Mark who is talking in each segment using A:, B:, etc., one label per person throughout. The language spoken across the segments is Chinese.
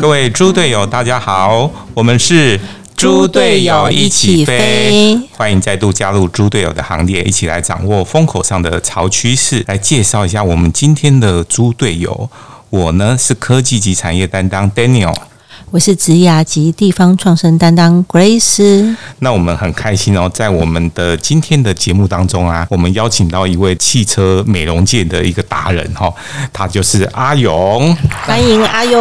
A: 各位猪队友，大家好，我们是
B: 猪队友一起飞
A: 欢迎再度加入猪队友的行列，一起来掌握风口上的潮趋势。来介绍一下我们今天的猪队友，我呢是科技及产业担当 Daniel。
B: 我是职涯及地方创生担当 Grace。
A: 那我们很开心哦，在我们的今天的节目当中啊，我们邀请到一位汽车美容界的一个达人哈、哦，他就是阿勇。
B: 欢迎阿勇。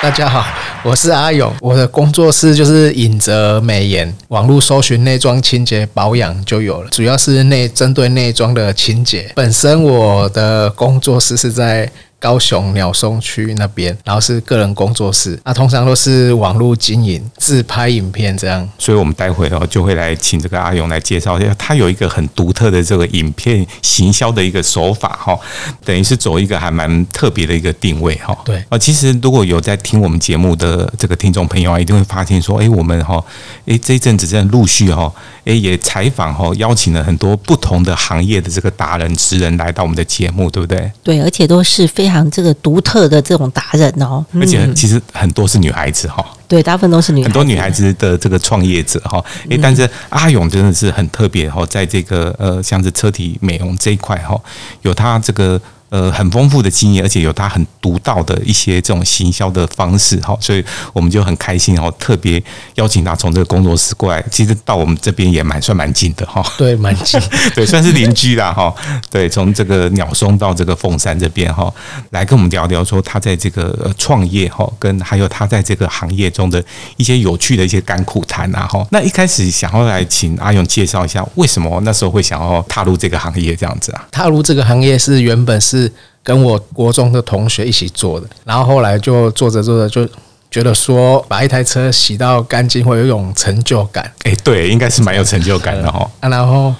C: 大家好，我是阿勇，我的工作室就是影泽美颜，网络搜寻内装清洁保养就有了，主要是内针对内装的清洁。本身我的工作室是在高雄鸟松区那边，然后是个人工作室，那通常都是网络经营、自拍影片这样。
A: 所以我们待会哦就会来请这个阿勇来介绍一下，他有一个很独特的这个影片行销的一个手法哈、等于是走一个还蛮特别的一个定位哈、
C: 对
A: 啊，其实如果有在听我们节目的这个听众朋友啊，一定会发现说，诶，我们哈、诶，这一阵子真的陆续哈、诶，也采访哈、邀请了很多不同的行业的这个达人、职人来到我们的节目，对不对？
B: 对，而且都是非常这个独特的这种达人哦。
A: 而且其实很多是女孩子哈、
B: 对，大部分都是女孩嗯
A: 很多女孩子的这个创业者哈，诶，但是阿勇真的是很特别哈，在这个呃，像是车体美容这一块哈，有他这个。呃，很丰富的经验，而且有他很独到的一些这种行销的方式哈，所以我们就很开心哈，特别邀请他从这个工作室过来，其实到我们这边也蛮算蛮近的哈，
C: 对，蛮近。
A: 对，算是邻居啦哈。对，从这个鸟松到这个凤山这边哈，来跟我们聊聊说他在这个呃创业哈，跟还有他在这个行业中的一些有趣的一些甘苦谈啊哈。那一开始想要来请阿勇介绍一下，为什么那时候会想要踏入这个行业这样子啊？
C: 踏入这个行业是原本是跟我国中的同学一起做的，然后后来就做着做着就觉得说，把一台车洗到干净会有一种成就感。
A: 哎、对，应该是蛮有成就感的哈。
C: 啊，然后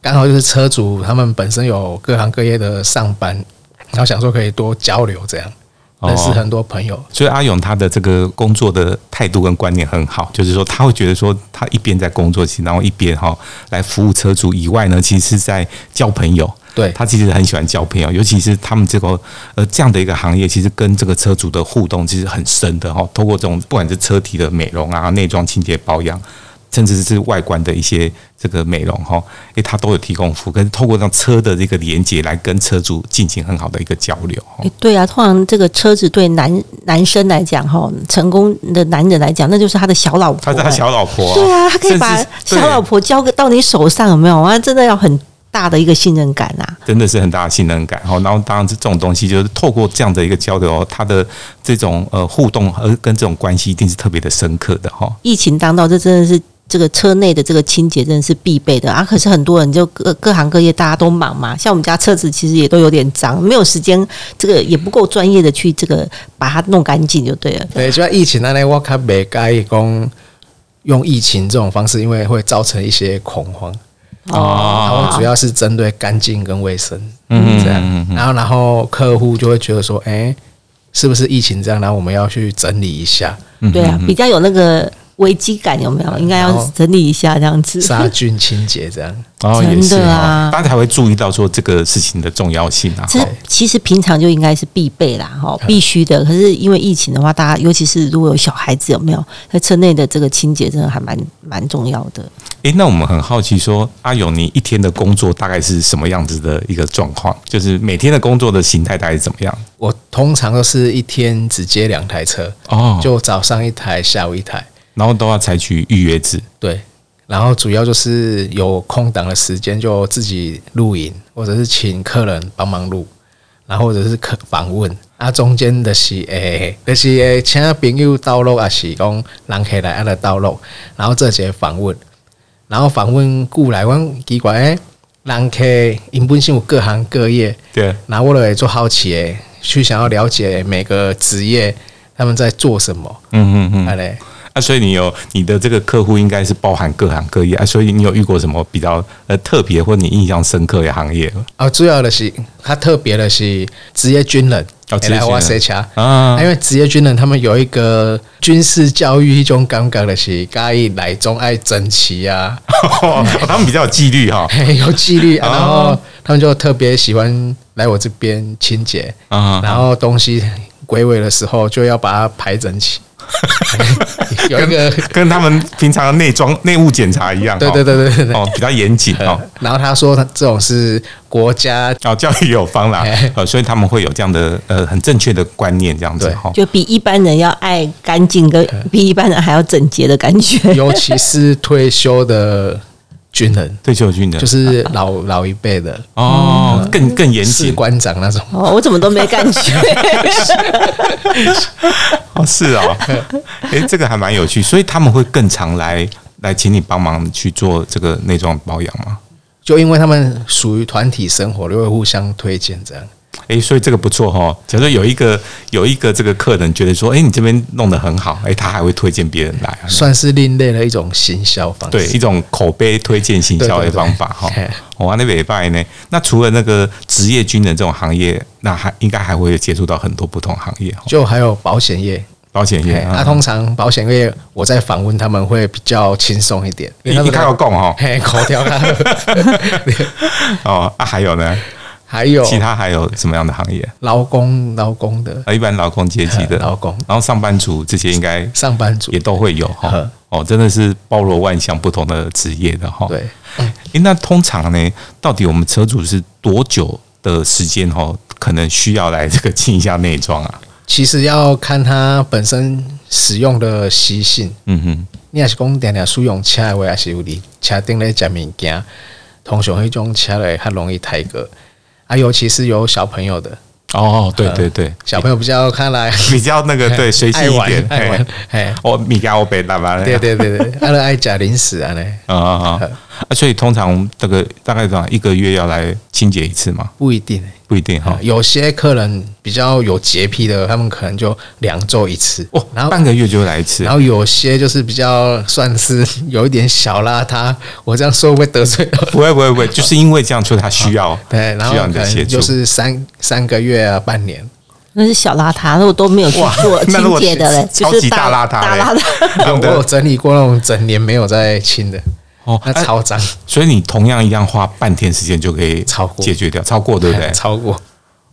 C: 刚好就是车主他们本身有各行各业的上班，然后想说可以多交流这样，
A: 哦
C: 认识很多朋友。
A: 所以阿勇他的这个工作的态度跟观念很好，就是说他会觉得说他一边在工作，然后一边哈来服务车主以外呢，其实是在交朋友。
C: 对
A: 他其实很喜欢交朋友，尤其是他们这个呃这样的一个行业，其实跟这个车主的互动其实很深的哈、哦透过这种不管是车体的美容啊、内装清洁保养，甚至是外观的一些这个美容哈、诶，他都有提供服务，跟透过让车的这个连接来跟车主进行很好的一个交流、哦。
B: 诶对啊，通常这个车子对男男生来讲，哈，成功的男人来讲，那就是他的小老婆、
A: 他是他小老婆、哦
B: 对啊，他可以
A: 甚至
B: 把
A: 是
B: 小老。婆交给到你手上，有没有？啊，真的要很大的一个信任感啊。
A: 对真的是很大的信任感哦哈，然后当然这种东西就是透过这样的一个交流，哦他的这种呃互动呃跟这种关系一定是特别的深刻的哦哈。
B: 疫情当道，这真的是这个车内的这个清洁真的是必备的啊！可是很多人就各各行各业大家都忙嘛，像我们家车子其实也都有点脏，没有时间，这个也不够专业的去这个把它弄干净就对了。
C: 对，就像疫情那类，我看没该讲用疫情这种方式，因为会造成一些恐慌。然后主要是针对干净跟卫生，哦嗯，这样。然后，然后客户就会觉得说，哎、是不是疫情这样？然后我们要去整理一下
A: 嗯
B: 对啊，比较有那个危机感，有没有？应该要
C: 然后
B: 整理一下这样子。
C: 杀菌清洁这样。
A: 哦，
B: 真的
A: 也是哈
B: 啊，
A: 大家才会注意到说这个事情的重要性啊。
B: 这
A: 哈
B: 其实平常就应该是必备啦，哈，必须的。可是因为疫情的话，大家尤其是如果有小孩子，有没有在车内的这个清洁，真的还蛮蛮重要的。
A: 诶，那我们很好奇说，阿勇，你一天的工作大概是什么样子的一个状况？就是每天的工作的形态大概是怎么样？
C: 我通常都是一天只接两台车，
A: 哦，就
C: 就早上一台，下午一台。
A: 然后都要采取预约制。
C: 对，然后主要就是有空档的时间就自己录影，或者是请客人帮忙录，然后或者是客访问。啊，中间的、就是诶、就是诶，请朋友到录，也是讲人客来啊来到录，然后这些访问，然后访问过来，我奇怪诶，人客因本身有各行各业，
A: 对，
C: 那我了就好奇诶，去想要了解每个职业他们在做什么，
A: 嗯嗯嗯。
C: 啊嘞、
A: 啊，所以你有你的这个客户应该是包含各行各业啊，所以你有遇过什么比较呃特别或你印象深刻的行业吗
C: 哦，主要的是他特别的是职业军人，
A: 哦职业军人
C: 来我谁卡
A: 啊
C: 因为职业军人他们有一个军事教育一种感觉的是，该来中爱整齐啊，
A: 哦，他们比较有纪律哈、
C: 嘿有纪律、啊，
A: 哦
C: 然后他们就特别喜欢来我这边清洁，
A: 啊，
C: 然后东西归位的时候就要把它排整 齐。有一个
A: 跟他们平常的内装内务检查一样，
C: 对对对对对对
A: 哦，比较严谨哦。
C: 然后他说他这种是国家
A: 哦，教育有方啦
C: 哎，
A: 呃，所以他们会有这样的呃很正确的观念，这样子
C: 对
A: 哈。
B: 就比一般人要爱干净，跟比一般人还要整洁的感觉。
C: 尤其是退休的军人，
A: 退休军 人
C: 就是嗯老老一辈 的
A: 哦，更更严
C: 士
A: 谨
C: 官长那种，
B: 哦，我怎么都没感觉，
A: 哦，是哦， 哎，这个还蛮有趣，所以他们会更常来来请你帮忙去做这个内装保养吗？
C: 就因为他们属于团体生活，就会互相推荐这样。
A: 哎，所以这个不错哈。假如有一个有一个这个客人觉得说，哎，你这边弄得很好，哎，他还会推荐别人来啊，
C: 算是另类的一种行销方
A: 对
C: 式。
A: 一种口碑推荐行销的方法哈
C: 对对对。
A: 我那北拜呢，那除了那个职业军人这种行业，那还应该还会接触到很多不同行业哈，
C: 就还有保险业，
A: 保险业
C: 嘿那、
A: 啊。
C: 通常保险业我在访问他们会比较轻松一点，
A: 你你看我讲哈
C: 嘿口条他 们，
A: 哦啊，还有呢，
C: 还有
A: 其他还有什么样的行业？
C: 劳工劳工的
A: 啊，一般劳工阶级的
C: 劳工
A: 然后上班族这些应该
C: 上班族
A: 也，都会有哈
C: 呵。
A: 哦，真的是包罗万象，不同的职业的哈。
C: 对，
A: 诶，那通常呢，到底我们车主是多久的时间哈，可能需要来这个清一下内装啊？
C: 其实要看他本身使用的习性。
A: 嗯哼，
C: 你若是讲定定使用车的话，还是有伫车顶咧食物件，通常迄种车咧较容易抬过。啊，尤其是有小朋友的，
A: 哦，对对对，
C: 小朋友比较看来
A: 比较那个对随性
C: 爱
A: 一
C: 玩
A: 点，
C: 爱玩，哎，
A: 我米加我被打完了，
C: 对对对对，阿拉爱食零食啊呢，
A: 啊啊啊！啊所以通常这个大概多少一个月要来清洁一次嘛？
C: 不一定欸、
A: 不一定哈。
C: 有些客人比较有洁癖的，他们可能就两周一次，
A: 哦，
C: 然后
A: 半个月就来一次
C: 然，后有些就是比较算是有一点小邋遢，我这样说会不会得罪？
A: 不会不会不会，就是因为这样，所以他需要
C: 对，然后
A: 需要你
C: 可
A: 的协
C: 能
A: 助
C: 就。是三三个月啊，半年，
B: 那是小邋遢，那我都没有去做
A: 那如
B: 清
A: 果
B: 洁的嘞，
A: 超
B: 就是
A: 级大邋遢
B: 大
A: 嘞
B: 邋遢。
A: 他
C: 我
A: 们的
C: 有整理过那种整年没有在清的，
A: 哦
C: 那
A: 哎
C: 超脏，
A: 所以你同样一样花半天时间就可以
C: 超过？
A: 解决掉，超过对不对
C: 超过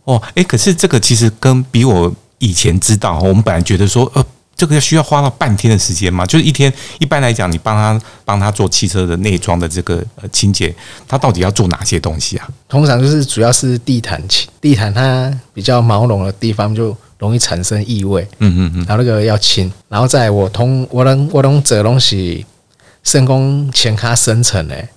A: 哦，哎，可是这个其实跟比我以前知道，哦我们本来觉得说，呃，这个需要花到半天的时间嘛，就是一天一般来讲，你帮他帮他做汽车的内装的这个呃清洁，他到底要做哪些东西啊？
C: 通常就是主要是地毯清，地毯它比较毛绒的地方就容易产生异味，
A: 嗯嗯嗯，
C: 然后那个要清，然后再来我通我能我能做东西，肾功前卡深层诶，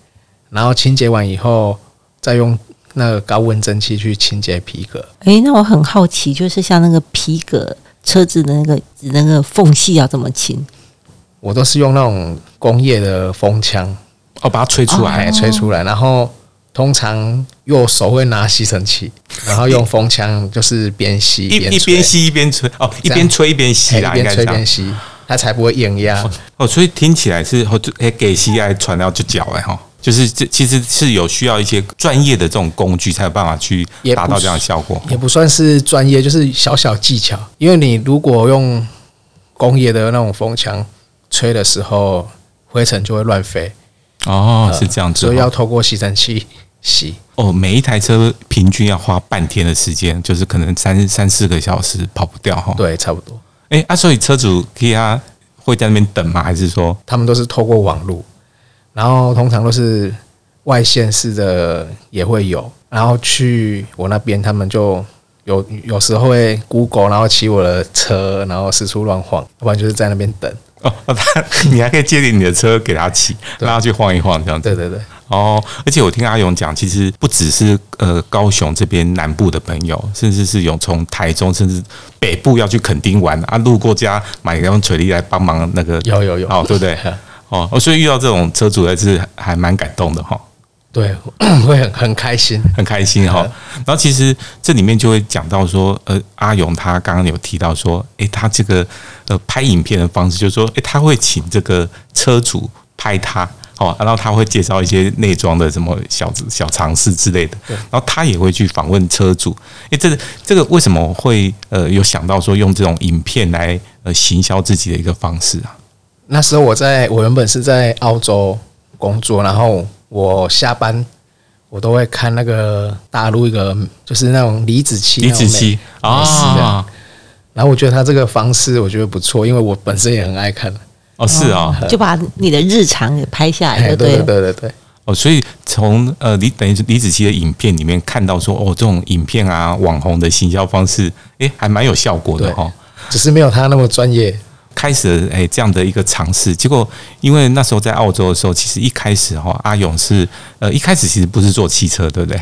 C: 然后清洁完以后再用那个高温蒸汽去清洁皮革，
B: 诶，那我很好奇，就是像那个皮革车子的那个那个缝隙要怎么清？
C: 我都是用那种工业的风枪
A: 哦，把它吹出来
C: 哎，吹出来，然后通常右手会拿吸尘器，然后用风枪就是边吸
A: 一
C: 边
A: 一边
C: 吹，
A: 吸一边吹，哦，一边吹一边吸
C: 哎
A: 啦，
C: 一
A: 应
C: 边
A: 该是
C: 吹
A: 这样
C: 边。吸，它才不会硬压。
A: 哦，所以听起来是哦，就哎给 C I 传到就脚哎哈，就是这其实是有需要一些专业的这种工具才有办法去
C: 也不
A: 达到
C: 是
A: 这样的效果。
C: 也不算是专业，就是小小技巧。因为你如果用工业的那种风墙吹的时候，灰尘就会乱飞，
A: 哦，是这样子
C: 呃所
A: 哦
C: 以。要透过吸尘器吸。
A: 哦，每一台车平均要花半天的时间，就是可能三三四个小时跑不掉哈。，
C: 对，差不多。
A: 哎、啊，所以车主 Kia 会在那边等吗？还是说，
C: 他们都是透过网络，然后通常都是外县市的也会有，然后去我那边他们就。有有时候会 Google，然后骑我的车，然后四处乱晃，要不然就是在那边等。
A: 哦， 哦他你还可以借你的车给他骑，让他去晃一晃这样子？
C: 对对对，
A: 哦，而且我听阿勇讲，其实不只是呃高雄这边南部的朋友，甚至是有从台中甚至北部要去垦丁玩啊，路过家买两根锤力来帮忙那个，
C: 有有有
A: 哦，对 不对？哦，哦所以遇到这种车主还是还蛮感动的哈、
C: 对，会很很开心。
A: 很开心哈、然后其实这里面就会讲到说，呃，阿勇他刚刚有提到说，诶，他这个呃拍影片的方式，就是说，诶，他会请这个车主拍他。哦，然后他会介绍一些内装的什么小小尝试之类的，然后他也会去访问车主。诶，这个这个为什么会呃有想到说用这种影片来呃行销自己的一个方式啊？
C: 那时候我在我原本是在澳洲工作，然后我下班我都会看那个大陆一个就是那种离子器，
A: 李子柒
C: 那种美，
A: 啊
C: 美食的然后我觉得他这个方式我觉得不错，因为我本身也很爱看。
A: 哦，是啊、哦，
B: 就把你的日常给拍下来
C: 哎，
B: 就
C: 对
B: 了
C: 对。对对对，
A: 哦，所以从呃李等于是李子柒的影片里面看到说，哦，这种影片啊，网红的行销方式，诶、还蛮有效果的
C: 对
A: 哈、哦。
C: 只是没有他那么专业。
A: 开始诶、这样的一个尝试，结果因为那时候在澳洲的时候，其实一开始哈、阿勇是呃一开始其实不是做汽车，对不对？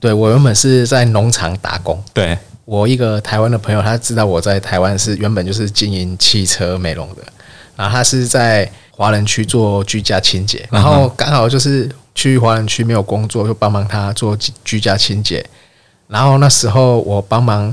C: 对我原本是在农场打工，
A: 对，
C: 我一个台湾的朋友，他知道我在台湾是原本就是经营汽车美容的，然后他是在华人区做居家清
B: 嗯
C: 洁，然后刚好就是去华人区没有工作，就帮忙他做居居家清洁。然后那时候我帮忙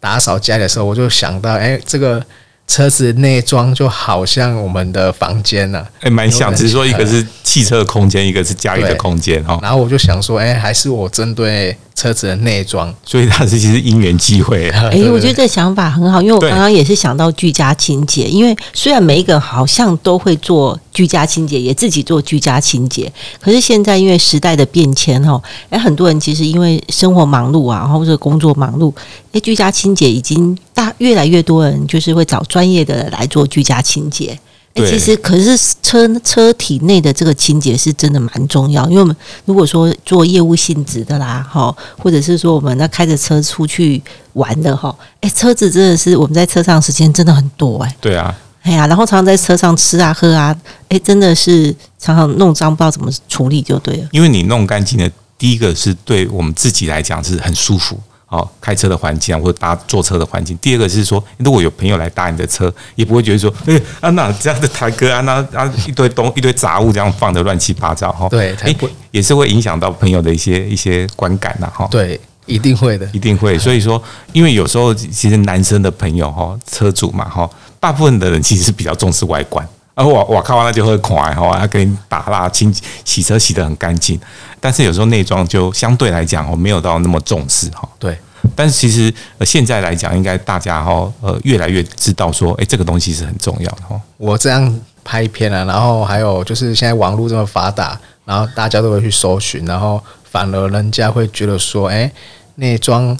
C: 打扫家里的时候，我就想到，哎、这个车子内装就好像我们的房间啊呐、
A: 诶、蛮像，
C: 有点
A: 只是说一个是汽车的空间，一个是家里的
C: 对
A: 空间哈、哦，
C: 然后我就想说，哎、还是我针对车子的内装。
A: 所以它是其实因缘际会。
B: 哎、我觉得这个想法很好，因为我
A: 对
B: 刚刚也是想到居家清洁，因为虽然每一个人好像都会做居家清洁，也自己做居家清洁，可是现在因为时代的变迁哦，哎、很多人其实因为生活忙碌啊，或者工作忙碌，哎、居家清洁已经大越来越多人就是会找专业的来做居家清洁。哎
A: 对
B: 其实可是车车体内的这个清洁是真的蛮重要，因为我们如果说做业务性质的啦，哈，或者是说我们那开着车出去玩的哈，哎、车子真的是我们在车上时间真的很多哎、
A: 对啊，
B: 哎呀，然后常常在车上吃啊喝啊，哎、真的是常常弄脏，不知道怎么处理就对了。
A: 因为你弄干净的，第一个是对我们自己来讲是很舒服。哦，开车的环境啊，或者搭坐车的环境。第二个是说，如果有朋友来搭你的车，也不会觉得说， 哎、啊那这样的台哥啊，那啊一堆东一堆杂物这样放的乱七八糟哈。
C: 对
A: 哎、
C: 才不
A: 也是会影响到朋友的一些一些观感啊哦呐、哈。，
C: 对，一定会的。
A: 一定会。所以说，因为有时候其实男生的朋友哈，车主嘛哈，大部分的人其实是比较重视外观。而我我靠，那就会款哈，他给你打蜡、清洗车洗得很干净，但是有时候内装就相对来讲哦，没有到那么重视哈。
C: 对，
A: 但是其实呃现在来讲，应该大家哈呃越来越知道说，哎、这个东西是很重要的哈。
C: 我这样拍片啊，然后还有就是现在网络这么发达，然后大家都会去搜寻，然后反而人家会觉得说，哎、内装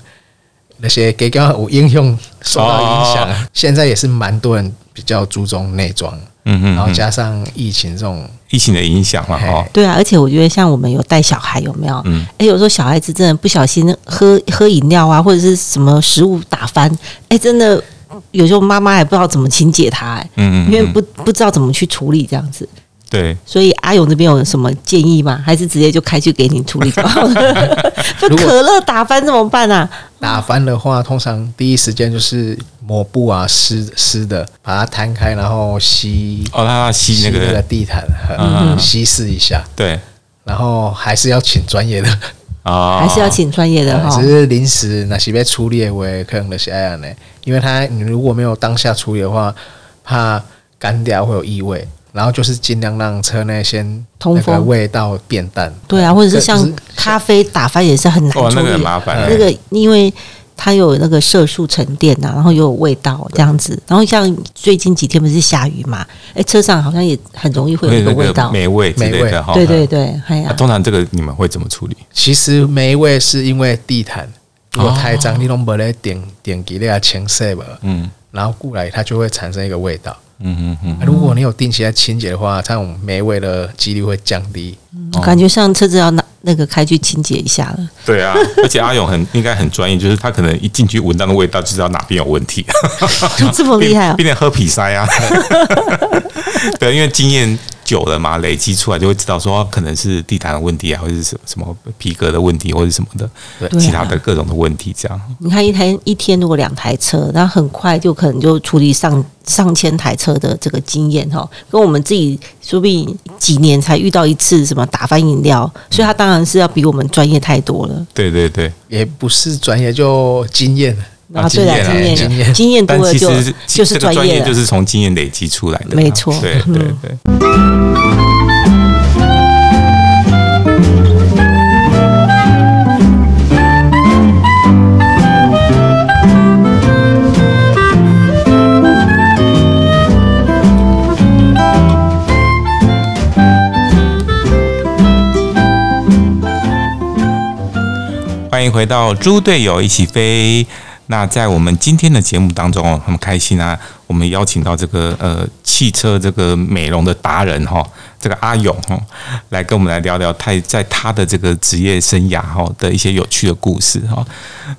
C: 那些给刚有应用受到影响，
A: 哦
C: 现在也是蛮多人比较注重内装，
A: 嗯嗯，
C: 然后加上疫情这种，
A: 疫情的影响嘛哈
C: 嘿。
B: 对啊，而且我觉得像我们有带小孩，有没有？嗯，哎、有时候小孩子真的不小心喝喝饮料啊，或者是什么食物打翻，哎、真的有时候妈妈也不知道怎么请解他、哎，
A: 嗯嗯嗯
B: 因为不不知道怎么去处理这样子。
A: 对，
B: 所以阿勇这边有什么建议吗？还是直接就开去给你处理就 好了？不，
C: 如果
B: 可乐打翻怎么办啊？
C: 打翻的话，通常第一时间就是抹布啊，湿湿的，把它摊开，然后吸
A: 哦，他吸那
C: 那个
A: 个
C: 地毯，
A: 嗯
C: 稀释一下，
A: 对
C: 然后还是要请专业的。
A: 啊，哎
B: 还是要请专业的
C: 呃
B: 哈
C: 只。是临时那是被处理的话，可能就是爱样呢，因为它你如果没有当下处理的话，怕干掉会有异味，然后就是尽量让车内先
B: 通风
C: 那个味道变淡。
B: 对啊，或者是像
C: 就是
B: 咖啡打翻也是很难
A: 哇，
B: 处
A: 哦那个很
B: 理，啊
A: 麻烦、欸
B: 那个因为它有那个色素沉淀呐、然后又有味道这样子。然后像最近几天不是下雨嘛，哎，车上好像也很容易会有
A: 会
B: 那个
A: 那
B: 味
A: 个
B: 道。
A: 美味之类
C: 美味
A: 的哈。
B: 对对对，哎
A: 那
B: 呀，
A: 通常这个你们会怎么处理？
C: 其实霉味是因为地毯如
B: 哦
C: 果太脏，你都没咧点点给它清洗吧，
A: 嗯
C: 然后过来它就会产生一个味道。啊
A: 嗯嗯嗯，
C: 如果你有定期在清洁的话，它种霉味的几率会降低。
B: 感觉上车子要拿那个开去清洁一下 了。
A: 对啊，而且阿勇很应该很专业，就是他可能一进去闻到那味道就知道哪边有问 题，
B: 这么厉害啊
A: 变变成喝皮塞 啊。对，因为经验久了嘛，累积出来就会知道说哦可能是地毯的问题啊，或者是什么什么皮革的问题，或者什么的，
C: 对
B: 啊
A: 其他的各种的问题这样。
B: 你看一台一天如果两台车，那很快就可能就处理上上千台车的这个经验哈，跟我们自己说不定几年才遇到一次什么打翻饮料，所以他当然是要比我们专业太多了。
A: 对对对，
C: 也不是专业，就经验。
A: 啊
B: 啊，对了，
A: 经
B: 经
A: 验
C: 啊经验
B: 验经验多
A: 但
B: 了
A: 其
B: 就
A: 实
B: 就是
A: 这个
B: 专
A: 专
B: 业
A: 业
B: 了，
A: 就是从经验累积出来的啦，
B: 没错嗯
A: 对对对。欢迎回到猪队友一起飞。那在我们今天的节目当中哦，很开心啊，我们邀请到这个呃汽车这个美容的达人哈、这个阿勇哈、来跟我们来聊聊他在他的这个职业生涯哈、的一些有趣的故事哈、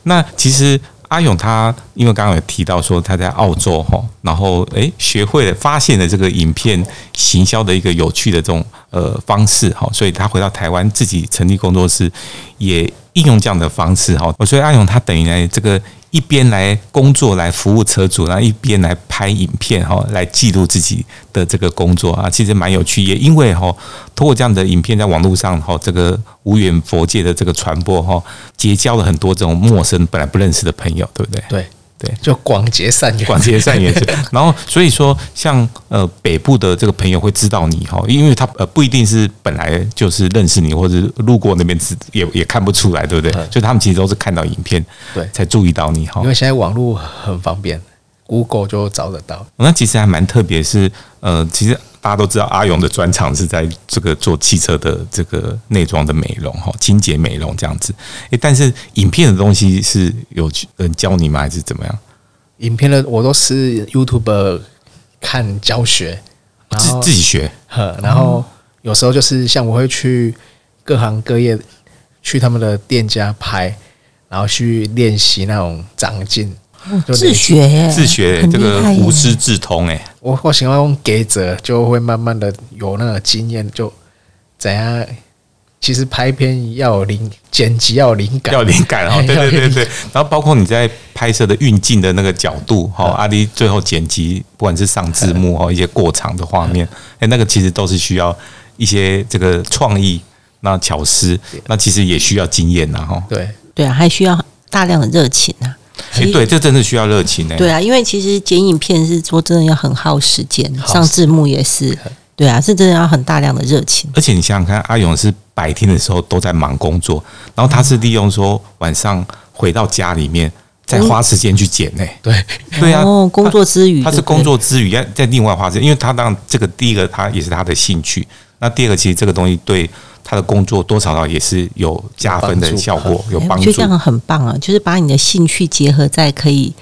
A: 那其实阿勇他因为刚刚有提到说他在澳洲哈，然后诶学会了发现了这个影片行销的一个有趣的这种呃方式哈，所以他回到台湾自己成立工作室，也应用这样的方式哈。所以阿勇他等于来这个一边来工作来服务车主，然后一边来拍影片哈，来记录自己的这个工作啊，其实蛮有趣。也因为哈，通过这样的影片在网络上哈，这个无缘佛界的这个传播哈，结交了很多这种陌生本来不认识的朋友，对不对？
C: 对
A: 对
C: 就广结善缘，
A: 广结善 缘是。然后所以说，像呃北部的这个朋友会知道你哈，因为他呃不一定是本来就是认识你，或者是路过那边知也也看不出来，对不对？
C: 对
A: 所以他们其实都是看到影片
C: 对
A: 才注意到你哈
C: 因。为现在网络很方便，Google 就找得到。
A: 哦那其实还蛮特别，是呃，其实大家都知道阿勇的专长是在这个做汽车的这个内装的美容哈，清洁美容这样子。诶，但是影片的东西是有人教你吗，还是怎么样？
C: 影片的我都是 YouTube 看教学，然
A: 哦自
C: 后
A: 自己哦学
C: 呵，然后有时候就是像我会去各行各业去他们的店家拍，然后去练习那种长进，就
B: 自学耶，
A: 哦自学
B: 很
A: 这
B: 厉
A: 个
B: 害耶
A: 无师自通诶。
C: 我我喜欢用给者，就会慢慢的有那个经验，就怎样。其实拍片要有灵，剪辑要有灵感，
A: 要有灵感 哦，对
C: 要有
A: 对对
C: 灵
A: 对。然后包括你在拍摄的运镜的那个角度
B: 嗯
A: 哈，阿迪最后剪辑，不管是上字幕哈，一些过场的画
B: 嗯
A: 面，哎，那个其实都是需要一些这个创意。那巧思，那其实也需要经验呐，哈。
C: 对，
B: 对啊，还需要大量的热情啊。
A: 哎、对，这真的需要热情哎、
B: 对啊，因为其实剪影片是说真的要很耗时间，
C: 耗
B: 上字幕也是，对啊，是真的要很大量的热情。
A: 而且你想想看，阿勇是白天的时候都在忙工作，然后他是利用说晚上回到家里面再花时间去剪哎、
C: 对，
A: 对啊，
B: 哦，工作之余
A: 他是
B: 对不对
A: 工作之余要在另外花时间，因为他当然这个第一个他也是他的兴趣，那第二个其实这个东西对他的工作多少少也是有加分的效果，有
B: 哎
A: 帮
B: 我觉
A: 助
B: 得。这样很棒啊，就是把你的兴趣结合在可以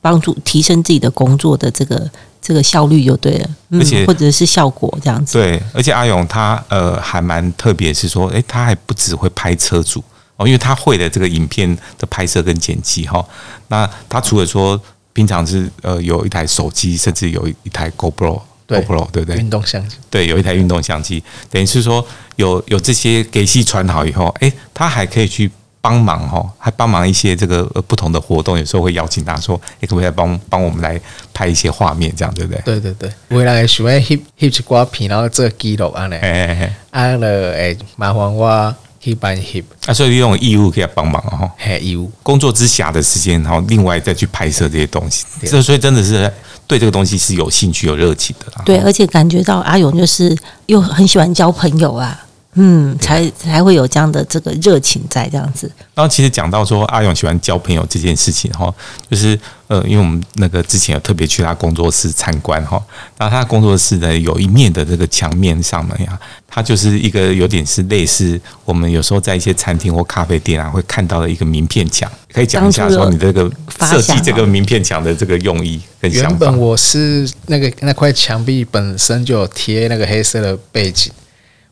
B: 帮助提升自己的工作的这个这个效率就对了，嗯
A: 而且
B: 或者是效果这样子。
A: 对，而且阿勇他呃还蛮特别，是说，诶、哎他还不只会拍车主哦，因为他会的这个影片的拍摄跟剪辑哈、那他除了说平常是呃有一台手机，甚至有一台 GoPro。
C: 对
A: GoPro 对不对？
C: 运动相机，
A: 对，有一台运动相机，等于是说有有这些给戏传好以后，诶，他还可以去帮忙哦，还帮忙一些这个呃不同的活动，有时候会邀请他说，诶，可不可以来帮帮我们来拍一些画面，这样对不对？
C: 对对对，我人会喜欢翕翕一挂片，然后做记录安尼，
A: 哎哎哎，
C: 安了诶，麻烦我去帮你翕，
A: 啊，所以利用义务可以帮忙哦，
C: 嘿有，
A: 工作之暇的时间，然后另外再去拍摄这些东西，
C: 对
A: 这所以真的是对这个东西是有兴趣、有热情的啦。
B: 对，而且感觉到阿勇就是又很喜欢交朋友啊，嗯，才才会有这样的这个热情在这样子。
A: 然后其实讲到说阿勇喜欢交朋友这件事情哈，就是呃，因为我们那个之前有特别去他工作室参观哈，然后他工作室呢有一面的这个墙面上面呀，它就是一个有点是类似我们有时候在一些餐厅或咖啡店啊会看到的一个名片墙，可以讲一下
B: 当初
A: 说
B: 有
A: 你这个
B: 发
A: 设
B: 想
A: 计这
B: 吗
A: 个名片墙的这个用意跟想
C: 原
A: 法
C: 本。我是那个那块墙壁本身就有贴那个黑色的背景，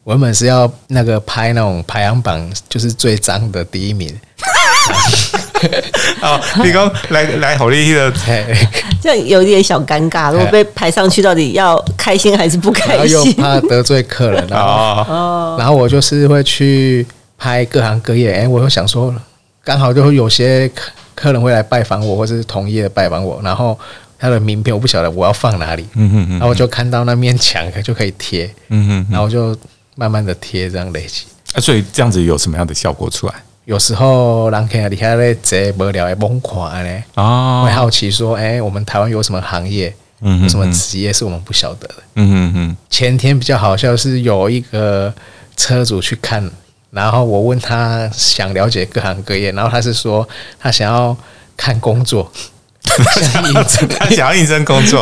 C: 我原本是要那个拍那种排行榜，就是最脏的第一名，
A: 啊，你刚来来好利的
C: 嘿，
B: 这样有点小尴尬，
A: 哎
B: 如果被排上去，到底要开心还是不
C: 然后
B: 开
C: 又
B: 心？
C: 怕得罪客人，然后
A: 啊，
C: 然后我就是会去拍各行各业，哎、我又想说，刚好就会有些客客人会来拜访我，或是同业拜访我，然后他的名片我不晓得我要放哪里，
A: 嗯哼
C: 然
A: 嗯
C: 后我就看到那面墙就可以贴，
A: 嗯哼嗯，
C: 然后我就慢慢的贴，这样累积。
A: 啊，所以这样子有什么样的效果出来
C: 有时候人看你看咧坐无聊会崩垮呢，会
A: 啊？
C: 好奇说，哎、我们台湾有什么行业，
A: 嗯
C: 有什么职业是我们不晓得的？
A: 嗯哼嗯
C: 前天比较好笑是有一个车主去看，然后我问他想了解各行各业，然后他是说他想要看工作，想应征，
A: 他想要应征工 作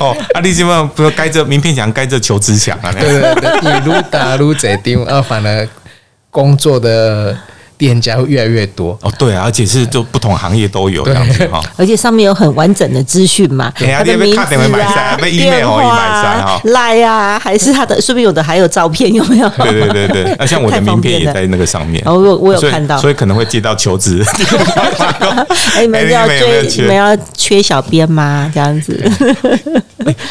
A: 哦，啊，你基本上不是该这名片墙，该这求职墙啊，
C: 对对对，你撸打撸贼丢，然后反而工作的店家会越来越多。
A: 哦，对啊，而且是就不同行业都有这样子哦哈。
B: 而且上面有很完整的资讯嘛，
A: 对啊
B: 他的
A: 你
B: 名
A: 要
B: 字
A: 看电话买菜
B: 啊
A: 啊、要 email
B: 电话
A: 哦
B: 啊、赖啊，还是他的，说不定有的还有照片，有没有？
A: 对对对 对，那像我的
B: 太方
A: 名片
B: 便
A: 也
B: 了
A: 在那个上面，
B: 哦我有我有
A: 所以
B: 看到
A: 所以可能会接到求 职。
B: 哎，你们要
A: 哎你们有没有
B: 追，
A: 缺哦
B: 你们要缺小编吗？这样子，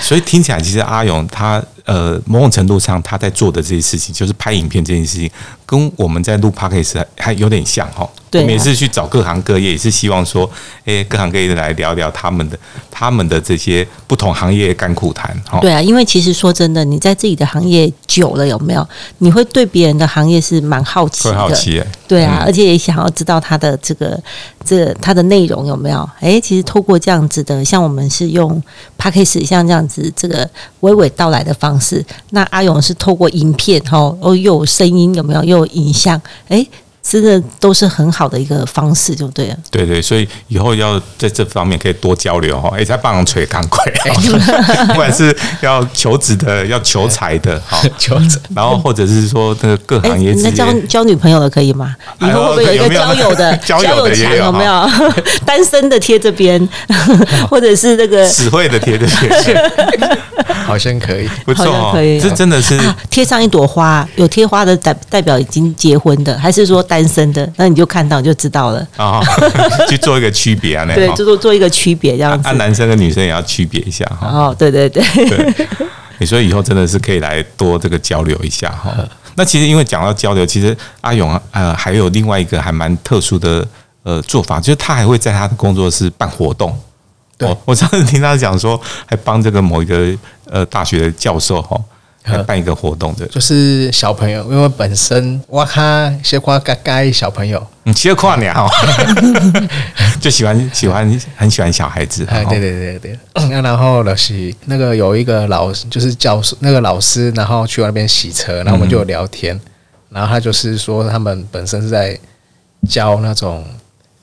A: 所以听起来，其实阿勇他呃，某种程度上他在做的这些事情，就是拍影片这件事情，跟我们在录 podcast 还还有点像哈。
B: 对啊
A: 我们也是去找各行各业，也是希望说，哎、各行各业的来聊聊他们的他们的这些不同行业的甘苦谈哦哈。
B: 对啊，因为其实说真的，你在自己的行业久了，有没有？你会对别人的行业是蛮好奇
A: 会
B: 的，
A: 好奇、哎
B: 对啊，
A: 嗯
B: 而且也想要知道它的这个这它的内容有没有？诶，其实透过这样子的，像我们是用 p a c k a g e 像这样子这个娓娓道来的方式，那阿勇是透过影片哈，哦又有声音有没有？又有影像，诶，真的都是很好的一个方式，就对了。
A: 对对，所以以后要在这方面可以多交流哈，也哎在帮人捶钢盔，
B: 哎
A: 不管是要求职的、要求财的哈，
C: 求职
A: 然后或者是说这个各
B: 诶，
A: 行业之
B: 那交
A: 间，
B: 交女朋友了可以吗？以
A: 哎呦
B: 后会不会有一
A: 有
B: 个
A: 没有
B: 交友 的
A: 交友的也
B: 墙
A: 有
B: 有没有？ 单身的贴这边， 或者是那个
A: 实惠的贴的贴，
C: 好像可以。
A: 不错
B: 好像
A: 哦
B: 可以，
A: 这真 的是
B: 啊，贴上一朵花，有贴花的代代表已经结婚的，还是说单身的？那你就看到你就知道了。
A: 啊，去做一个区别啊，那
B: 对，
A: 哈
B: 就做做一个区别这样子
A: 啊，。男生跟女生也要区别一下哈。
B: 哦，对对对，
A: 对，你说以后真的是可以来多这个交流一下哈。
C: 嗯
A: 那其实因为讲到交流，其实阿勇啊呃还有另外一个还蛮特殊的呃做法，就是他还会在他的工作室办活动。哦
C: 对
A: 我我上次听他讲说，还帮这个某一个呃大学的教授哈，还办一个活动的。
C: 嗯就是小朋友，因为本身我看些瓜嘎嘎小朋友，
A: 你其实跨年 哦，就喜欢喜欢很喜欢小孩子。
C: 哎，
A: 哦
C: 对对对对，那然后就是那个有一个老师，就是教授那个老师，然后去那边洗车，然后我们就有聊天，然后他就是说他们本身是在教那种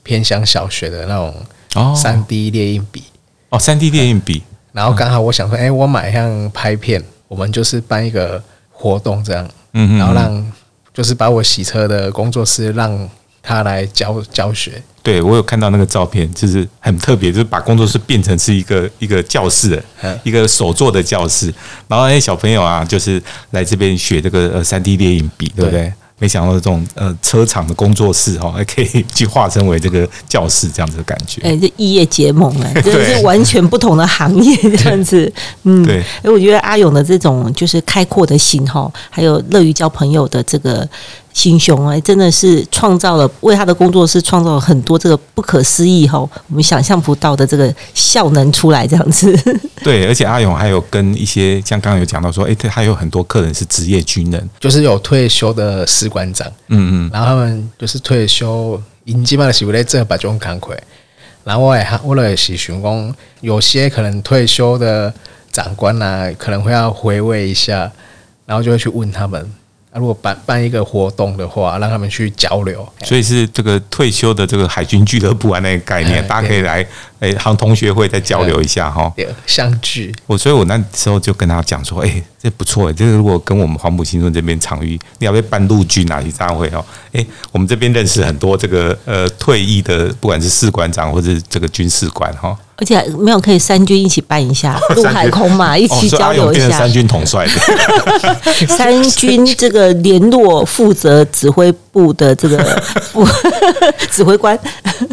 C: 偏乡小学的那
A: 哦
C: 种三 D 猎印笔，
A: 哦，三 D 电影笔
C: 然后刚好我想说，哎、我买一样拍片，我们就是办一个活动这样，
A: 嗯嗯嗯
C: 然后让就是把我洗车的工作室让他来教教学，
A: 对我有看到那个照片，就是很特别，就是把工作室变成是一个一个教室
C: 嗯，
A: 一个手做的教室。然后那些小朋友啊，就是来这边学这个呃三 D 猎影笔，对不对？没想到这种呃车厂的工作室哦，还可以 去化身为这个教室这样子的感觉。
B: 哎，这异业结盟 哎，真的
A: 对
B: 是完全不同的行业这样子。嗯，
A: 对
B: 哎，我觉得阿勇的这种就是开阔的心哈，还有乐于交朋友的这个心胸哎，真的是创造了为他的工作室创造了很多这个不可思议哈，我们想象不到的这个效能出来这样子。
A: 对，而且阿勇还有跟一些像刚刚有讲到说，哎，他有很多客人是职业军人，
C: 就是有退休的士官长，
A: 嗯嗯，
C: 然后他们就是退休，因基本上是为在这把种工课。然后我也我也是想讲，有些可能退休的长官啊，可能会要回味一下，然后就会去问他们，啊，如果办办一个活动的话，让他们去交流。
A: 所以是这个退休的这个海军俱乐部啊那个概念，
C: 嗯
A: 大家可以来哎，好像同学会再交流一下哈。
C: 对相聚，
A: 我所以，我那时候就跟他讲说，哎、这不错、这个如果跟我们黄埔新村这边场域，你要不要办陆军啊？你这样会哦，哎、我们这边认识很多这个呃退役的，不管是士官长或者是这个军士官哈、哦，
B: 而且没有可以三军一起办一下，陆
A: 三军
B: 海空嘛，一
A: 哦
B: 起
A: 所以
B: 交
A: 阿勇
B: 流一
A: 变成
B: 下。
A: 三军统帅 的，
B: 三军这个联络负责指挥部的这个部 指挥官，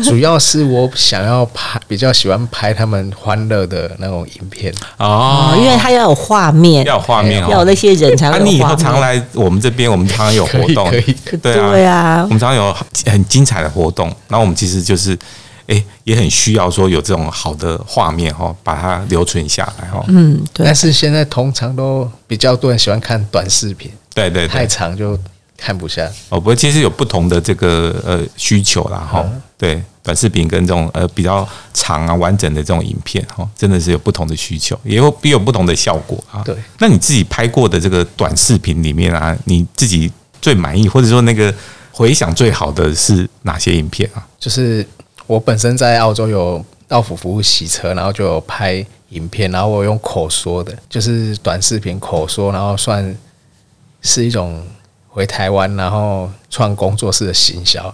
C: 主要是我想要拍，比较喜欢拍他们欢乐的那种影片。
A: 哦
B: 因为他要有画面，
A: 要有画面
B: 要有
A: 哦
B: 那。些人才
A: 啊，
B: 会
A: 你以
B: 有画
A: 后常
B: 面。
A: 来我们这边，我们常常有活动
C: 可以可以，
A: 对啊，
B: 对啊
A: 我们常常有很精彩的活动。然后我们其实就是，哎、也很需要说有这种好的画面哈、哦，把它留存下来哈、哦。
B: 嗯，对
C: 但，是现在通常都比较多人喜欢看短视频，
A: 对对对，
C: 太长就看不下。
A: 哦，不过其实有不同的这个呃需求啦，哈、
C: 嗯
A: 对，短视频跟这种呃比较长啊完整的这种影片，哈、真的是有不同的需求，也有也有不同的效果啊。
C: 对，
A: 那你自己拍过的这个短视频里面啊，你自己最满意或者说那个回响最好的是哪些影片啊？
C: 就是我本身在澳洲有到府服务洗车，然后就有拍影片，然后我用口说的，就是短视频口说，然后算是一种回台湾，然后创工作室的行销。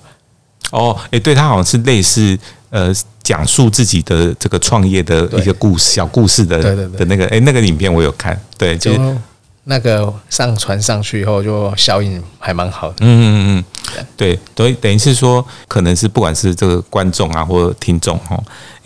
A: 哦，诶、对他好像是类似呃讲述自己的这个创业的一个故事小故事的
C: 对对对哦
A: 的那个诶、那个影片我有看，对，就
C: 就是
A: 嗯
C: 那个上传上去以后，就效应还蛮好的。
A: 嗯嗯嗯，对，所以等于是说，可能是不管是这个观众啊或者听众哈，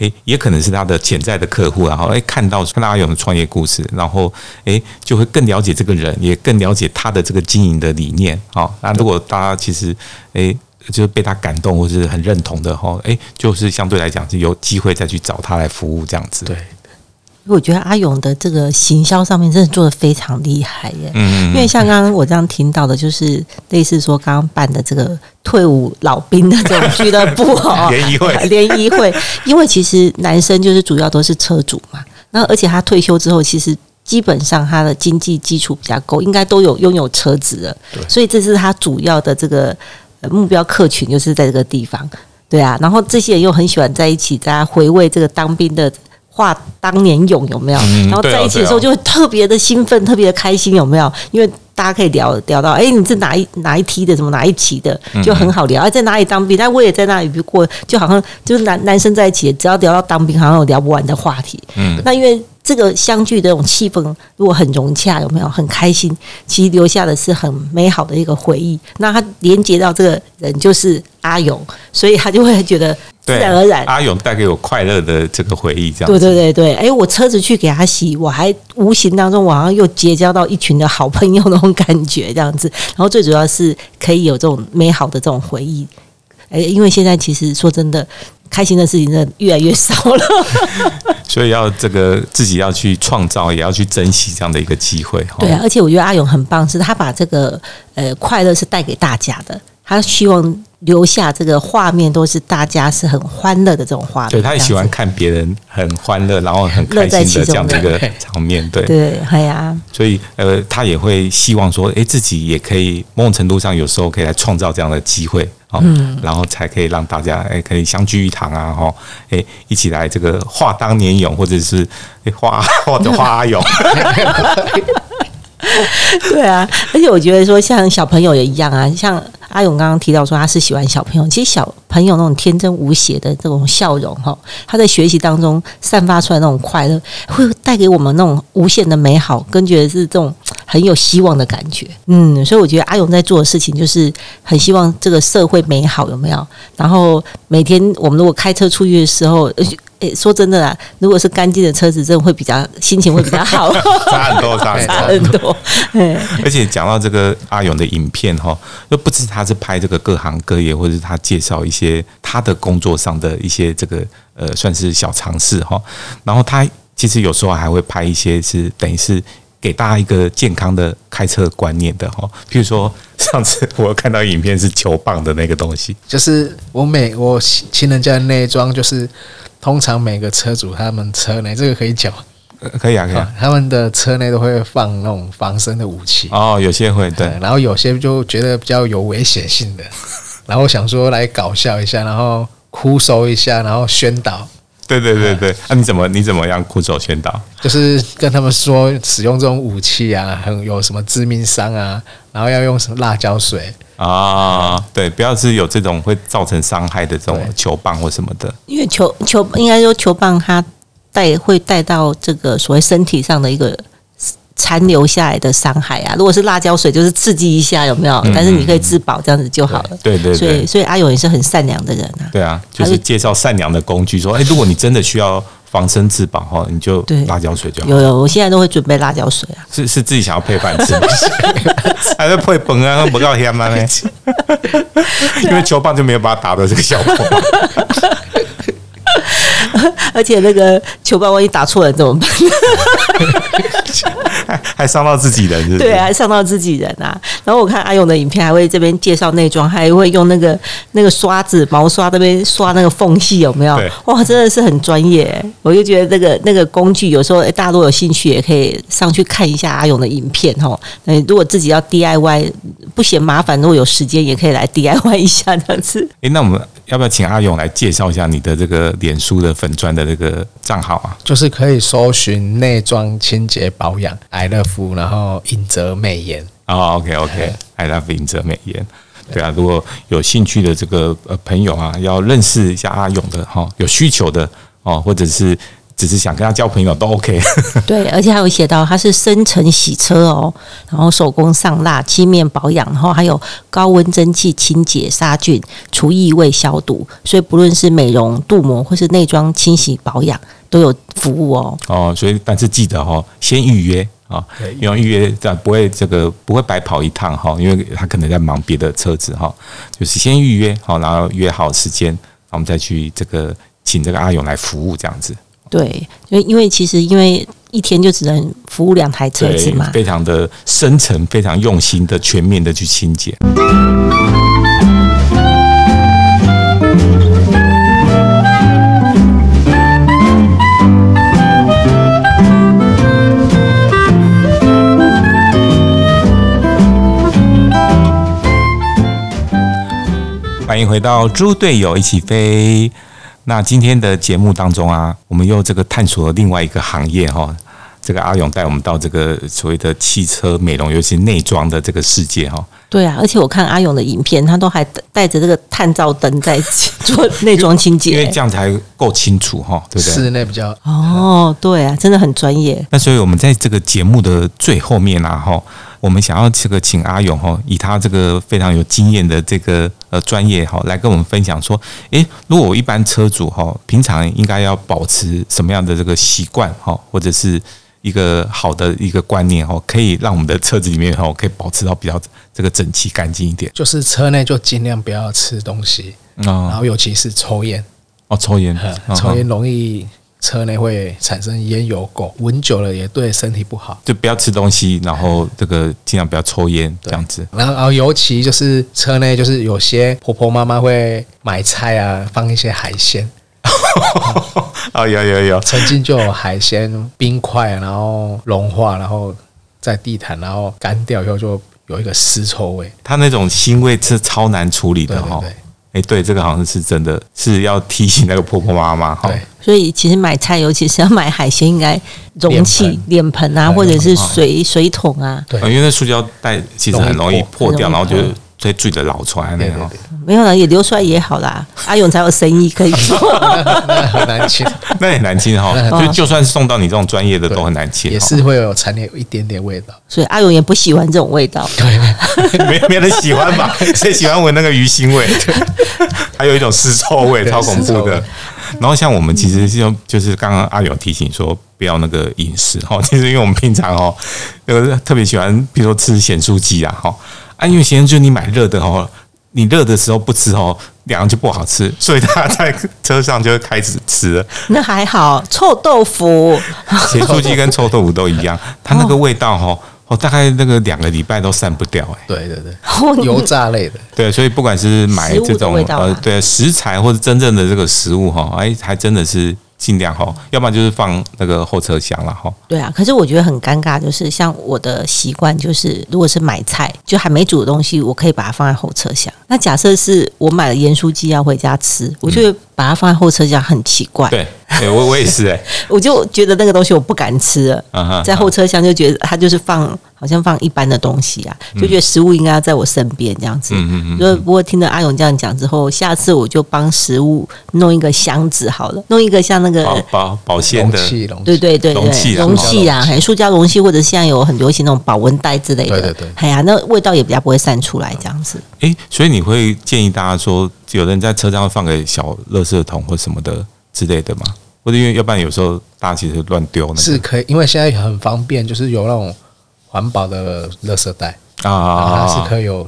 A: 诶、也可能是他的潜在的客户啊，然后诶、看到看到阿勇的创业故事，然后诶、就会更了解这个人，也更了解他的这个经营的理念哦，那如果大家其实诶。就是被他感动或是很认同的哈，诶、就是相对来讲是有机会再去找他来服务这样子。
C: 对，
B: 因为我觉得阿勇的这个行销上面真的做的非常厉害耶。
A: 嗯，嗯
B: 因为像刚刚我这样听到的，就是类似说刚刚办的这个退伍老兵的这种俱乐部哦，
A: 联谊会
B: 联谊会，因为其实男生就是主要都是车主嘛，那而且他退休之后，其实基本上他的经济基础比较够，应该都有拥有车子了，所以这是他主要的这个呃目标客群，就是在这个地方。对啊，然后这些人又很喜欢在一起，大家回味这个当兵的话当年勇有没有？
A: 嗯
B: 然后
A: 对啊
B: 在一起的时候
A: 对
B: 就会特别的兴奋，特别的开心有没有？因为大家可以聊聊到，哎，你是哪一哪一梯的，什么哪一期的，
A: 嗯
B: 就很好聊。哎，在哪里当兵？但我也在那里过，就好像就是男男生在一起，只要聊到当兵，好像有聊不完的话题。
A: 嗯，
B: 那因为这个相聚的这种气氛，如果很融洽，有没有很开心？其实留下的是很美好的一个回忆。那他连接到这个人就是阿勇，所以他就会觉得自
A: 对，
B: 然而然。
A: 阿勇带给我快乐的这个回忆，这样
B: 对
A: 子
B: 对对对，哎，我车子去给他洗，我还无形当中我好像又结交到一群的好朋友那种感觉，这样子。然后最主要是可以有这种美好的这种回忆，哎，因为现在其实说真的，开心的事情真的越来越少了。
A: 所以要这个自己要去创造，也要去珍惜这样的一个机会。哦哈
B: 对啊，，而且我觉得阿勇很棒，是他把这个呃快乐是带给大家的，他希望留下这个画面都是大家是很欢乐的这种画面。
A: 对他也喜欢
B: 这样子。
A: 看别人很欢乐，然后很开
B: 乐在
A: 心的这
B: 其中
A: 样的一个
C: 对
A: 场面。对，
B: 对，哎呀，
A: 所以呃，他也会希望说，诶，自己也可以某种程度上有时候可以来创造这样的机会。哦，
B: 嗯
A: 然后才可以让大家诶可以相聚一堂啊，哈、诶一起来这个话当年勇，或者是诶话或者话阿 勇，
B: 对啊，而且我觉得说，像小朋友也一样啊，像阿勇刚刚提到说，他是喜欢小朋友。其实小朋友那种天真无邪的这种笑容，哈，他在学习当中散发出来那种快乐，会带给我们那种无限的美好，跟觉得是这种很有希望的感觉。嗯，所以我觉得阿勇在做的事情，就是很希望这个社会美好，有没有？然后每天我们如果开车出去的时候，呃诶，说真的啦，如果是干净的车子，真的会比较心情会比较好，
A: 差很多，差很多
B: 差。很多。嘿
A: 而且讲到这个阿勇的影片哈，就不止他是拍这个各行各业，或者是他介绍一些他的工作上的一些这个呃，算是小尝试哈。然后他其实有时候还会拍一些是等于是。给大家一个健康的开车观念的哈，譬如说上次我看到影片是球棒的那个东西，
C: 就是我每我亲人家的内装，就是通常每个车主他们车内这个可以讲吗，
A: 呃可以啊，可以啊。
C: 他们的车内都会放那种防身的武器，
A: 哦，有些会对，
C: 然后有些就觉得比较有危 险性的，然后想说来搞笑一下，然后哭收一下，然后宣导，
A: 对对对对。啊，你怎么你怎么样苦手宣导？
C: 就是跟他们说使用这种武器啊，很有什么致命伤啊，然后要用什么辣椒水，
A: 啊，对，不要是有这种会造成伤害的这种
C: 对
A: 球棒或什么的。
B: 因为球球应该说球棒它带会带到这个所谓身体上的一个残留下来的伤害啊。如果是辣椒水，就是刺激一下，有没有？但是你可以自保，这样子就好了。
A: 嗯对对对
B: 所以所以阿勇也是很善良的人啊。
A: 对啊，就
B: 还
A: 是
B: 是
A: 介绍善良的工具，说，哎、如果你真的需要防身自保哈，你就
B: 对
A: 辣椒水就好
B: 有。有，我现在都会准备辣椒水啊。
A: 是是自己想要配饭吃， 还是配本啊？不够香吗？
B: 啊
A: 因为球棒就没有把它打的这个效果。
B: 而且那个球棒万一打错人怎么办？
A: 还还伤到自己人，是不是？
B: 对啊，还上到自己人啊。然后我看阿勇的影片，还会这边介绍内装，还会用那个那个刷子毛刷那边刷那个缝隙，有没有
A: 对？
B: 哇，真的是很专业欸、我就觉得那个那个工具，有时候、诶哎大家如果有兴趣，也可以上去看一下阿勇的影片哦。那如果自己要 DIY 不嫌麻烦，如果有时间，也可以来 DIY 一下这样子。
A: 哎、那我们要不要请阿勇来介绍一下你的这个脸书的粉砖的这个账号啊？
C: 就是可以搜寻内装清洁保养、I love，然后隐泽美颜，
A: 哦、o k OK，I、love 林哲美颜。对啊，如果有兴趣的这个呃朋友啊，要认识一下阿勇的哈、有需求的哦，或者是只是想跟他交朋友都 OK。
B: 对，而且还有写到它是深层洗车哦，然后手工上蜡、漆面保养，然后还有高温蒸汽清洁杀菌、除异味消毒，所以不论是美容、镀膜或是内装清洗保养都有服务哦。
A: 哦，所以但是记得哦，先预约啊，因为预约这样不会这个不会白跑一趟哈，因为他可能在忙别的车子哈，就是先预约好，然后约好时间，然后我们再去这个请这个阿勇来服务这样子，
B: 对，因为因为其实因为一天就只能服务两台车子
A: 对
B: 嘛，，
A: 非常的深层，非常用心的、全面的去清洁。欢迎回到猪队友一起飞。那今天的节目当中啊，我们又这个探索了另外一个行业哈、这个阿勇带我们到这个所谓的汽车美容，尤其内装的这个世界哈、
B: 对啊，而且我看阿勇的影片，他都还带着这个探照灯在做内装清
A: 因为
B: 洁
A: 这。样才够清楚哈、对不对？
C: 室内比较
B: 哦，对啊，真的很专业。
A: 那所以我们在这个节目的最后面啊哈、我们想要这个请阿勇哈、以他这个非常有经验的这个呃专业哈、来跟我们分享说，诶，如果我一般车主哈、平常应该要保持什么样的这个习惯哈、或者是一个好的一个观念哦，可以让我们的车子里面哦，可以保持到比较这个整齐干净一点
C: 就是车内就尽量不要吃东西，然
A: 哦
C: 后尤其是抽烟，
A: 哦，抽 烟
C: 呵，
A: 嗯
C: 抽烟容易车内会产生烟油垢，闻久了也对身体不好。
A: 就不要吃东西，然后这个尽量不要抽烟这样子。
C: 然后，然后尤其就是车内，就是有些婆婆妈妈会买菜啊，放一些海鲜。
A: 啊，有有有，
C: 曾经就有海鲜冰块，然后融化，然后在地毯，然后干掉以后就有一个尸臭味。
A: 他那种腥味是超难处理的
C: 对对
A: 哈
C: 对。
A: 哎，对，这个好像是真的，是要提醒那个婆婆妈妈哦哈。
C: 对，
B: 所以其实买菜，尤其是要买海鲜，应该容器、脸盆啊，
C: 对
B: 或者是
A: 容器
B: 水水桶啊，
C: 对
A: 呃因为那塑胶袋其实很容易
C: 容易
A: 破掉，
B: 很
A: 然后
B: 容易
A: 就最最的老出来那
C: 对
A: 样哦
C: 对
A: 哈。
C: 对，
B: 没有啦，也流出来也好啦。阿勇才有生意可以做。
C: 那很难清，
A: 那也难清哈，哦
B: 很
A: 就就算是送到你这种专业的
C: 对
A: 都很难清，哦
C: 也是会有残留一点点味道。
B: 所以阿勇也不喜欢这种味道。
A: 没 没人喜欢吧？谁喜欢闻那个鱼腥味？还有一种尸臭味，
C: 对
A: 超恐
C: 尸
A: 怖
C: 臭
A: 的
C: 味。
A: 然后像我们其实就就是刚刚阿友提醒说不要那个饮食哈， 其实因为我们平常哦，呃特别喜欢，比如说吃咸酥鸡啊哈，啊因为咸酥鸡你买热的哦，你热的时候不吃哦，凉就不好吃，所以他在车上就会开始吃 了。
B: 那还好，臭豆腐
A: 咸酥鸡跟臭豆腐都一样，它那个味道哦，哦大概那个两个礼拜都散不掉哎、
C: 对对
B: 哦
C: 对，油炸类的，
A: 对，所以不管是买
B: 食物的
A: 这种
B: 味道啊
A: 呃，对食材或者真正的这个食物哈，哎，还真的是尽量哈，要不然就是放那个后车厢了哈。
B: 对啊，可是我觉得很尴尬，就是像我的习惯，就是如果是买菜，就还没煮的东西，我可以把它放在后车厢。那假设是我买了盐酥鸡要回家吃，我就会把它放在后车厢，很奇怪。
A: 对，哎我我也是哎，
B: 我就觉得那个东西我不敢吃了。
A: 啊 哈
B: 在后车厢就觉得它就是放，好像放一般的东西啊，就觉得食物应该要在我身边这样子。
A: 嗯嗯嗯
B: 所以不过听了阿勇这样讲之后，下次我就帮食物弄一个箱子好了，弄一个像那个。
A: 保保保鲜
C: 容
A: 的，
C: 器容器，
B: 对对对对，
A: 哦容器啊
B: 容器啊，
C: 塑胶容器
B: 嘿塑胶容器，或者现在有很流行那种保温袋之类的，
C: 对对对
B: 哎呀，那味道也比较不会散出来，这样子。
A: 哎，所以你会建议大家说，有人在车上放个小垃圾桶或什么的之类的吗？或者因为要不然有时候大家其实乱丢那个
C: 是可以，因为现在很方便，就是有那种环保的垃圾袋，
A: 啊啊啊
C: 它是
A: 啊
C: 可以有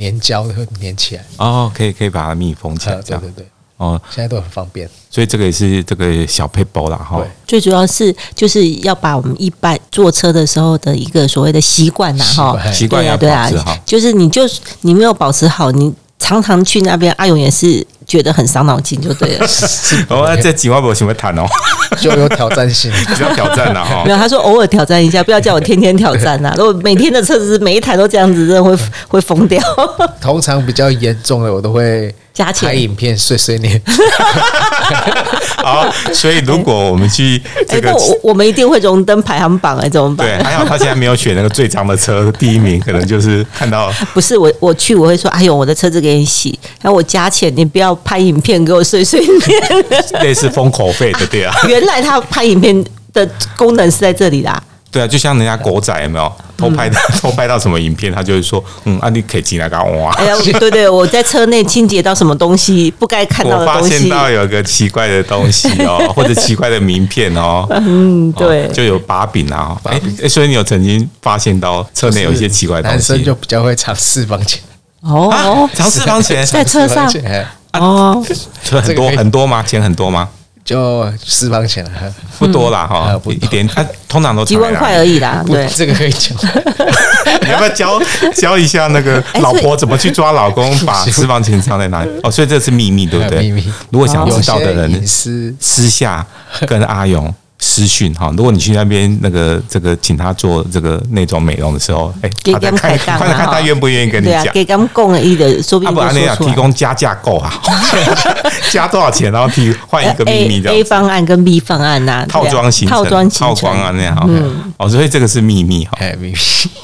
C: 粘胶的，会粘起来。
A: 哦，可以可以把它密封起来
C: 啊，
A: 这
C: 对
A: 样
C: 对对，
A: 哦，
C: 现在都很方便。
A: 所以这个也是这个小配包啦哈
C: 对。
B: 最主要是就是要把我们一般坐车的时候的一个所谓的习惯呐，
C: 习
B: 哈，
C: 惯
A: 习惯
B: 对
A: 要
B: 啊，对啊
A: 保持好，，
B: 就是你就你没有保持好，你常常去那边，阿勇也是觉得很伤脑筋，就对 了。
A: 哦，那这几万 我想要谈哦。
C: 就有挑战性。
A: 比较挑 战了哈
B: 没。有，他说偶尔挑战一下，不要叫我天天挑战 呐、如果每天的车子每一台都这样子，真的会会疯掉。
C: 通常比较严重的，我都会
A: 哎
B: 加
C: 拍
B: 钱。哎
C: 影片碎碎念，
A: 好，所以如果我们去
B: 哎、
A: 这个
B: 那我我们一定会荣登排行榜哎、怎么办？
A: 对，啊还好他现在没有选那个最长的车，第一名可能就是看到
B: 不是我，我去我会说，哎呦，我的车子给你洗，然后我加钱，你不要拍影片给我碎碎念。
A: 类似封口费的，对啊，
B: 原来他拍影片的功能是在这里 啦，
A: 对啊，就像人家狗仔有没有偷拍的，
B: 嗯
A: 偷拍到什么影片，他就会说，嗯，啊，你可以进来搞哇。
B: 哎呀，对对，我在车内清洁到什么东西不该 看到
A: 我
B: 的
A: 发
B: 东
A: 现
B: 西，
A: 到有个奇怪的东西 哦，或者奇怪的名片哦，
B: 嗯，对
A: 哦，就有把柄啊。哎、哎所以你有曾经发现到车内有一些奇怪的东
C: 男
A: 西，
C: 生就比较会藏私房钱。
B: 哦
A: 啊，，尝试方钱
B: 在车上
C: 私房钱
A: 啊
B: 哦，
A: 就很
C: 这个
A: 多
C: 可以
A: 很多吗？钱很多吗？
C: 就私房钱了，
A: 不多啦哈、
C: 啊不
A: 一
C: 多
A: 点，啊、通常都
B: 几万块而
A: 已。
B: 已啦，
C: 不
B: 对，，
C: 这个可以讲。
A: 你 要不要教教一下那个
B: 哎
A: 老
B: 所以
A: 婆怎么去抓老公，把私房钱藏在
B: 哎
A: 哪里？哦，所以这是秘密， 对不对？
C: 哎秘密
A: 如果想
C: 有
A: 知道的
C: 些
A: 人，
C: 隐私
A: 私下跟阿勇私讯哈，如果你去那边那个这个请他做这个那种美容的时候，哎、
B: 给
A: 他再
B: 他们
A: 看
B: 开杠啊
A: 看看他愿不愿意跟你
B: 对
A: 讲
B: 啊，。给他们供了一的，说不
A: 啊
B: 定
A: 不，
B: 就
A: 安内
B: 说
A: 啊，
B: 出
A: 提
B: 来。
A: 供加价购啊， 加多少钱，然后提换 一个秘密
B: A
A: 这
B: 哎 A
A: 样。
B: 方案跟 B 方案呐、对啊
A: 套装行程，
B: 啊套装行
A: 套
B: 程嗯
A: 装啊那样哈，哦，所以这个是秘密哈，
C: 哎，秘密。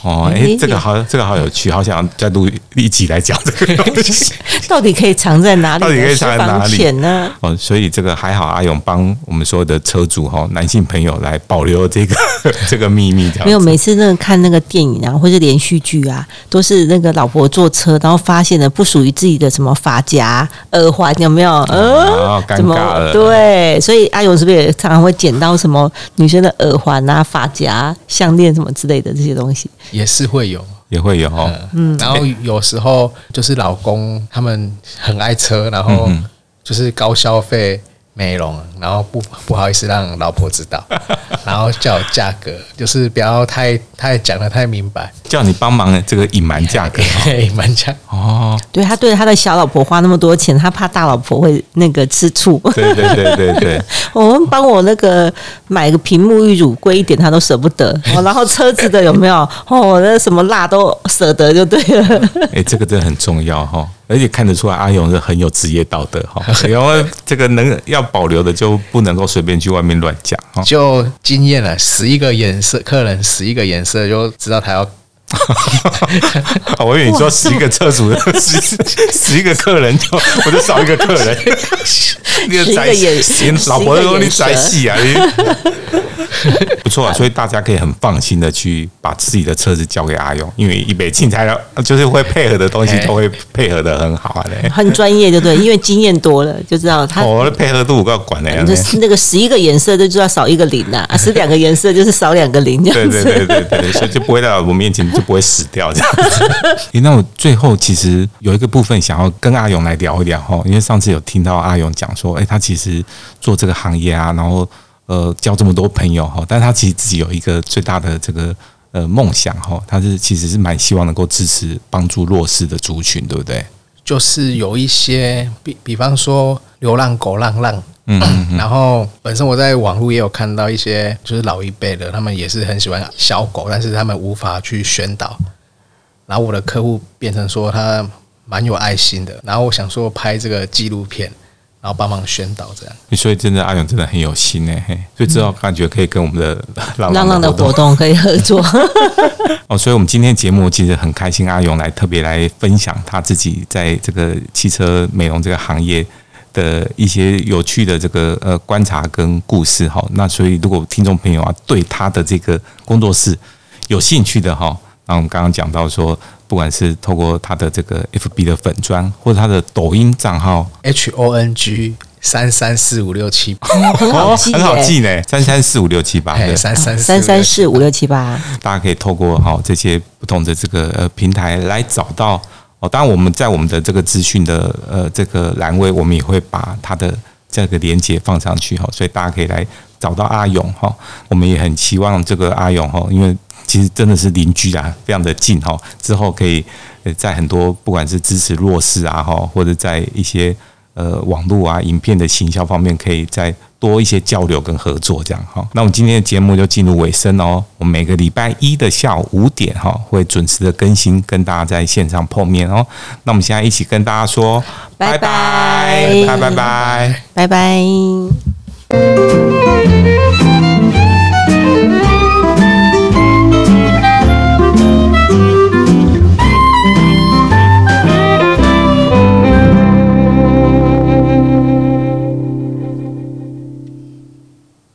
A: 哦，哎，
B: 哎
A: 这个好，这个好有趣，好想再录一集来讲这个东 西。
B: 到底可以藏在哪里呢？
A: 到底可以藏在哪里
B: 私房钱呢？
A: 哦，所以这个还好，阿勇帮我们所有的车主哈，男性朋友来保留这 个这个秘密，这样
B: 没有，每次那个看那个电影啊，或是连续剧啊，都是那个老婆坐车，然后发现了不属于自己的什么发夹、耳环，有没有？呃，
A: 啊尴
B: 怎么
A: 尬了
B: 对，所以哎阿勇是不是也常常会捡到什么女生的耳环啊、发夹、项链什么之类的这些东西？
C: 也是会有，
A: 也会有哦。
C: 嗯，然后有时候就是老公他们很爱车，然后就是高消费美容，然后不不好意思让老婆知道，然后叫我价格，就是不要太太讲的太明白，
A: 叫你帮忙这个隐瞒价
B: 哎
A: 格
C: 嘿蛮强，
A: 哦，
B: 对他对他的小老婆花那么多钱，他怕大老婆会那个吃 醋。
A: 对对对对对，
B: 我们帮我那个买个瓶沐浴乳贵一点，他都舍不得。哦，然后车子的有没有？哦，那什么蜡都舍得就对了。
A: 哎，这个真的很重要哈，而且看得出来阿勇是很有职业道德 哈，然后这个能要保留的就不能够随便去外面乱讲哈。
C: 就经验了十一个颜色，客人十一个颜色就知道他要
A: 啊我以为你说
B: 哇
A: 十
B: 这
A: 一
B: 么
A: 个车 主，十十一个客人就我就少一个客 人，你
B: 十一个
A: 宅
B: 眼
A: 戏你老婆
B: 十一个
A: 说你
B: 眼神
A: 宅戏啊，你不错啊，所以大家可以很放心的去把自己的车子交给阿勇，因为一北进才就是会配合的东西
C: 哎
A: 都会配合的很好啊嘞。
B: 很专业，就对，因为经验多了就知道他。
A: 我的配合度我够管的呀
B: 你，这那个十一个颜色就知道少一个零 呐、啊，十两个颜色就是少两个零这
A: 对
B: 样
A: 对
B: 子。
A: 对对对，所以就不会在我面前就不会死掉这样子。 诶那我最后其实有一个部分想要跟阿勇来聊一聊哈，因为上次有听到阿勇讲说，诶，他其实做这个行业啊，然后呃交这么多朋友哈，但他其实自己有一个最大的这个呃梦想哈，他是其实是蛮希望能够支持帮助弱势的族群，对不对？
C: 就是有一些比比方说流浪狗浪浪，嗯， 然后本身我在网络也有看到一些就是老一辈的，他们也是很喜欢小狗，但是他们无法去宣导。然后我的客户变成说他蛮有爱心的，然后我想说拍这个纪录片，然后帮忙宣导这样。
A: 所以真的阿勇真的很有心哎、嘿，所以之后感觉可以跟我们的 浪
B: 浪浪的
A: 活动
B: 活动可以合 作，
A: 哦，所以我们今天节目其实很开心，阿勇来特别来分享他自己在这个汽车美容这个行业的一些有趣的这个呃观察跟故事哈。那所以如果听众朋友啊对他的这个工作室有兴趣的哈，那我们刚刚讲到说，不管是透过他的这个 FB 的粉砖或者他的抖音账号，
C: H O N G 三三四五六七八，
B: 很好记、耶
A: 很好记呢，三三四五六七八，对
C: 哎，三三
B: 三三四五六七八，
A: 大家可以透过哈、这些不同的这个呃平台来找到哦。当然，我们在我们的这个资讯的呃这个栏位，我们也会把它的这个连接放上去哈、哦所以大家可以来找到阿勇哈、我们也很期望这个阿勇哈、因为其实真的是邻居啊，非常的近哈、之后可以呃在很多不管是支持哦弱势啊哈、或者在一些呃网络啊影片的行销方面，可以再多一些交流跟合作，这样哈。那我们今天的节目就进入尾声哦。我们每个礼拜一的下午五点哈，会准时的更新，跟大家在线上碰面哦。那我们现在一起跟大家说，
B: 拜
A: 拜
B: 拜
A: 拜拜拜。
B: 拜拜。